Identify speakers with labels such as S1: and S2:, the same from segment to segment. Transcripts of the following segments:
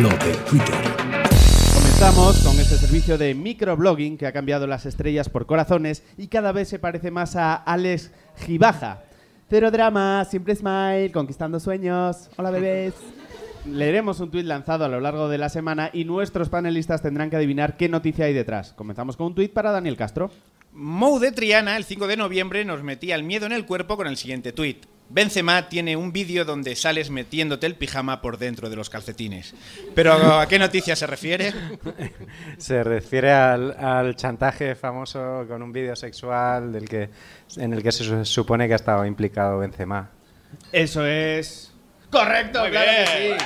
S1: Lo de Twitter.
S2: Comenzamos con este servicio de microblogging que ha cambiado las estrellas por corazones y cada vez se parece más a Alex Gibaja. Cero drama, siempre smile, conquistando sueños. Hola bebés. Leeremos un tuit lanzado a lo largo de la semana y nuestros panelistas tendrán que adivinar qué noticia hay detrás. Comenzamos con un tuit para Daniel Castro.
S3: Mou de Triana, el 5 de noviembre, nos metía el miedo en el cuerpo con el siguiente tuit. Benzema tiene un vídeo donde sales metiéndote el pijama por dentro de los calcetines. Pero ¿a qué noticia se refiere?
S4: Se refiere al, al chantaje famoso con un vídeo sexual del que, en el que se su- supone que ha estado implicado Benzema.
S2: Eso es. ¡Correcto! ¡Claro que sí!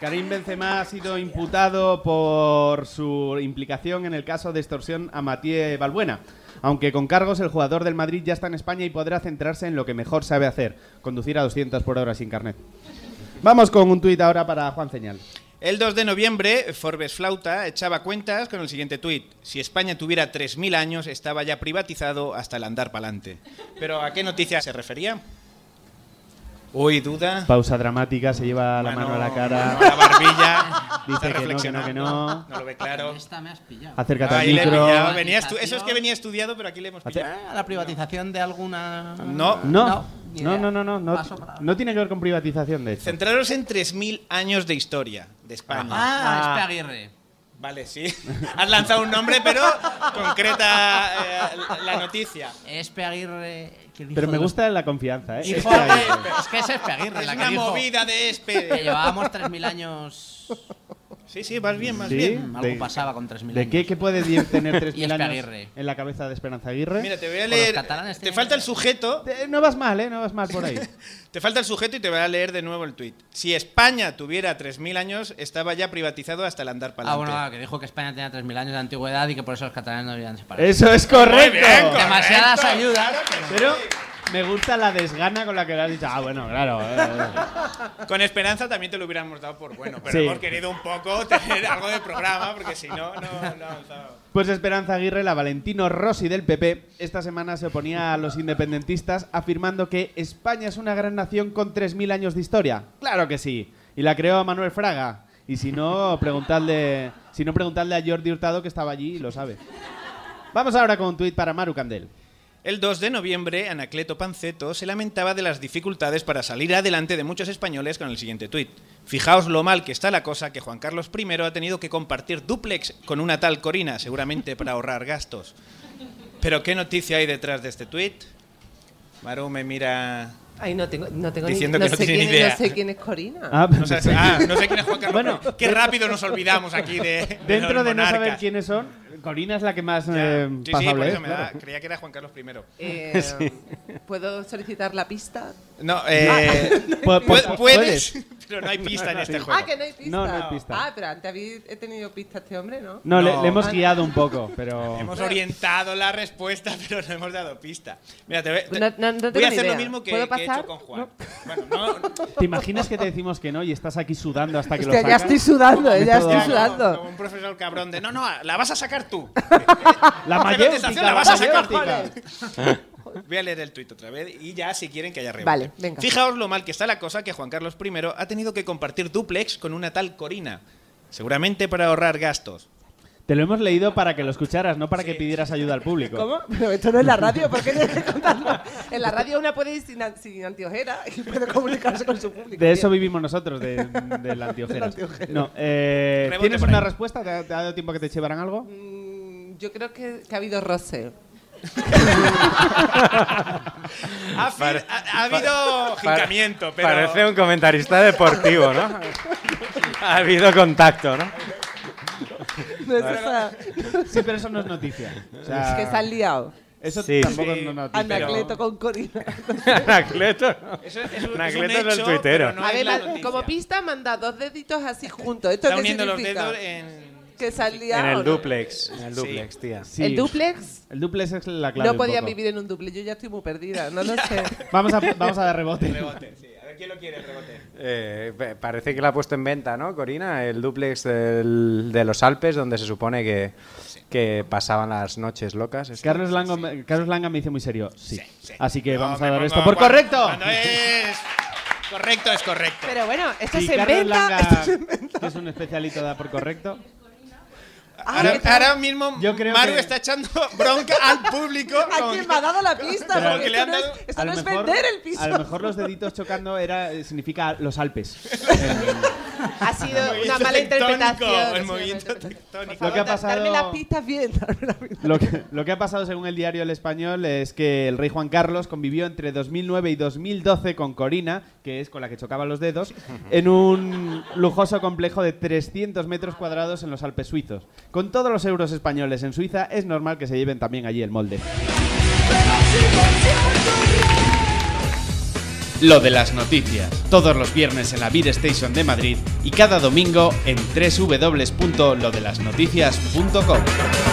S2: Karim Benzema ha sido imputado por su implicación en el caso de extorsión a Matías Balbuena. Aunque con cargos, el jugador del Madrid ya está en España y podrá centrarse en lo que mejor sabe hacer: conducir a 200 por hora sin carnet. Vamos con un tuit ahora para Juan Señal.
S3: El 2 de noviembre, Forbes Flauta echaba cuentas con el siguiente tuit. Si España tuviera 3.000 años, estaba ya privatizado hasta el andar pa'lante. Pero ¿a qué noticia se refería? Uy, duda.
S2: Pausa dramática, se lleva la mano a la cara.
S3: mano a la barbilla.
S2: Dice que no, que
S3: Está
S2: no,
S3: reflexionando.
S2: que no.
S3: No lo ve claro.
S5: Esta me has pillado.
S2: Acércate al
S3: Ahí Ah, le he
S2: micro.
S3: pillado. Venía estu- eso es que venía estudiado, pero aquí le hemos pillado.
S5: Ah, La privatización de alguna.
S3: No.
S2: No,
S5: ni
S2: no,
S5: idea.
S2: no, no, no, no,
S5: Paso para-
S2: no tiene que ver con privatización, de hecho.
S3: Centraros en 3.000 años de historia de España.
S5: Ah, es Aguirre.
S3: Vale, sí. Has lanzado un nombre, pero concreta eh, la- la noticia.
S5: Espe Aguirre. que dijo
S2: Pero me
S5: de los-
S2: gusta la confianza, ¿eh?
S5: Hijo
S2: Esta
S5: de-
S2: es.
S5: Es que es Espe Aguirre
S3: Es
S5: la que
S3: una
S5: dijo
S3: movida de
S5: Que
S3: Espe.
S5: llevábamos 3.000 años.
S3: Sí, sí, vas bien, vas
S2: Sí.
S3: bien.
S5: Mm,
S2: De-
S5: Algo pasaba con 3.000
S2: ¿De
S5: años.
S2: qué, qué puede di- tener
S5: Y
S2: 3.000
S5: Espe
S2: años
S5: Aguirre.
S2: en la cabeza de Esperanza Aguirre?
S3: Mira, te voy a
S5: Por los
S3: leer.
S5: catalanes
S3: Te
S5: tienen
S3: falta el
S5: que-
S3: sujeto.
S2: Eh, No vas mal, ¿eh? No vas mal por ahí.
S3: Te falta el sujeto y te voy a leer de nuevo el tuit. Si España tuviera 3.000 años, estaba ya privatizado hasta el andar para
S5: Ah, bueno, ah, que dijo que España tenía 3.000 años de antigüedad y que por eso los catalanes no debían separarse.
S2: ¡Eso es correcto!
S5: Demasiadas ayudas.
S2: Pero me gusta la desgana con la que le has dicho. Ah, bueno, claro. eh,
S3: Con esperanza también te lo hubiéramos dado por bueno, pero
S2: Sí.
S3: hemos querido un poco tener algo de programa, porque si no, no, no avanzaba.
S2: Pues Esperanza Aguirre, la Valentino Rossi del PP, esta semana se oponía a los independentistas afirmando que España es una gran nación con 3.000 años de historia. Claro que sí. Y la creó Manuel Fraga. Y si no, preguntadle, si no, preguntadle a Jordi Hurtado que estaba allí y lo sabe. Vamos ahora con un tuit para Maru Candel.
S3: El 2 de noviembre, Anacleto Panceto se lamentaba de las dificultades para salir adelante de muchos españoles con el siguiente tuit. Fijaos lo mal que está la cosa que Juan Carlos I ha tenido que compartir duplex con una tal Corina, seguramente para ahorrar gastos. Pero ¿qué noticia hay detrás de este tuit? Maru me mira...
S6: Ay, no tengo, no tengo
S3: Diciendo
S6: ni,
S3: que
S6: no
S3: no
S6: sé
S3: tiene ni
S6: quién,
S3: idea.
S6: No sé quién es Corina.
S3: No sé, ah, no sé quién es Juan Carlos
S2: Bueno.
S3: I. Qué rápido nos olvidamos aquí de... de
S2: Dentro
S3: los
S2: de no saber
S3: monarcas.
S2: quiénes son, Corina es la que más
S3: Ya.
S2: eh,
S3: Sí, sí, por
S2: pasable
S3: eso
S2: es,
S3: me da-
S2: claro.
S3: creía que era Juan Carlos I.
S6: Eh, ¿Puedo solicitar la pista?
S3: No, eh...
S2: Pu-
S3: Puedes,
S2: pu-
S3: pero no hay pista en este juego.
S6: Ah, que no hay pista.
S2: No, no hay pista.
S6: Ah, pero antes habí- he tenido pista este hombre, ¿no?
S2: No, Le,
S3: No.
S2: le hemos guiado un poco, pero...
S3: Hemos orientado la respuesta, pero no hemos dado pista. Mira, te voy, te-
S6: No- no- no
S3: voy
S6: tengo
S3: a
S6: ni
S3: hacer lo
S6: idea.
S3: mismo que,
S6: ¿Puedo
S3: que he hecho
S6: pasar?
S3: con Juan. Bueno, no,
S2: ¿Te imaginas que te decimos que no y estás aquí sudando hasta que lo
S6: Hostia, ya
S2: sacas?
S6: estoy sudando, eh, ya
S2: Todo.
S6: estoy
S3: ya, como-
S6: sudando.
S3: como un profesor cabrón de, no, no, la vas a sacar tú.
S2: La
S3: Esa
S2: mayéutica,
S3: contestación la vas a sacar,
S2: mayéutica.
S3: Voy a leer el tuit otra vez y ya si quieren que haya rebote.
S6: Vale, venga.
S3: Fijaos lo mal que está la cosa que Juan Carlos I ha tenido que compartir duplex con una tal Corina. Seguramente para ahorrar gastos.
S2: Te lo hemos leído para que lo escucharas, no para que pidieras ayuda al público.
S6: ¿Cómo? Pero esto no es la radio, ¿por qué tienes que contarlo? En la radio una puede ir sin, an- sin anteojera y puede comunicarse con su público.
S2: De eso
S6: tío.
S2: vivimos nosotros, de, de la antiojera.
S6: De la antiojera.
S2: No, eh,
S3: Rebote
S2: ¿Tienes
S3: por
S2: una
S3: ahí.
S2: respuesta? ¿Te ha, te ha dado tiempo que te llevaran algo?
S6: Mm, Yo creo que, que ha habido roce.
S3: Ha, fi- ha- ha habido jincamiento, pero...
S4: Parece un comentarista deportivo, ¿no? ha habido contacto, ¿no?
S6: No es esa-
S2: Sí, pero eso no es noticia. O sea,
S6: Es que se han liado.
S2: Eso
S4: Sí.
S2: tampoco
S3: Sí.
S2: es una noticia.
S6: Anacleto con Corina.
S4: Anacleto.
S3: Eso es- es un- es un
S4: Anacleto es el
S3: hecho,
S4: tuitero.
S3: pero no
S6: A
S3: es
S6: ver,
S3: la
S6: va-
S3: noticia.
S6: como este pista manda dos deditos así juntos. ¿Esto
S3: Está
S6: qué
S3: uniendo los
S6: significa?
S3: dedos eh. en...
S6: Que se han liado,
S4: En el
S6: ¿no?
S4: duplex. En el duplex, tía.
S2: Sí.
S6: ¿El duplex?
S2: El duplex es la clave.
S6: No
S2: un
S6: podían
S2: poco.
S6: vivir en un duplex. Yo ya estoy muy perdida. No lo sé.
S2: Vamos a, vamos a dar rebote.
S3: Rebote, sí. A ver quién lo quiere el rebote.
S4: Eh, pa- parece que la ha puesto en venta, ¿no, Corina? El duplex del- de los Alpes, donde se supone que, que pasaban las noches locas. ¿es?
S2: Carlos, Lango, Carlos Langa me dice muy serio. Sí.
S3: sí.
S2: Así que
S3: No,
S6: pues
S2: vamos
S3: me
S2: a dar
S3: pongo
S2: esto por
S3: cuando-
S2: correcto.
S3: Cuando es Correcto, es correcto.
S6: Pero bueno, esto
S2: Y
S6: se
S2: Carlos
S6: inventa.
S2: Langa,
S6: esto se inventa.
S2: que es un especialito de dar por correcto.
S6: Ah,
S3: ahora,
S6: que-
S3: ahora mismo
S2: Yo creo
S3: Maru
S2: que-
S3: está echando bronca al público.
S6: ¿A
S3: con-
S6: quién me ha dado la pista?
S3: Pero
S6: Porque
S3: que le han
S6: esto no es,
S3: dado-
S6: esto
S2: A
S6: no
S2: lo
S6: es
S2: mejor-
S6: vender el piso.
S2: A lo mejor los deditos chocando era, eh, significa los Alpes.
S6: Ha sido
S3: movimiento
S6: una mala
S3: tectónico,
S6: interpretación.
S3: El
S6: ha sido una mala
S3: movimiento
S6: interpretación.
S3: tectónico.
S6: Por favor,
S2: Lo que ha
S6: da- Darme
S2: pasado-
S6: las pistas bien. darme las pistas.
S2: Lo que, lo que ha pasado según el diario El Español es que el rey Juan Carlos convivió entre 2009 y 2012 con Corina, que es con la que chocaba los dedos, en un lujoso complejo de 300 metros cuadrados en los Alpes suizos. Con todos los euros españoles en Suiza, es normal que se lleven también allí el molde. Lo de las noticias, todos los viernes en la Beer Station de Madrid y cada domingo en www.lodelasnoticias.com.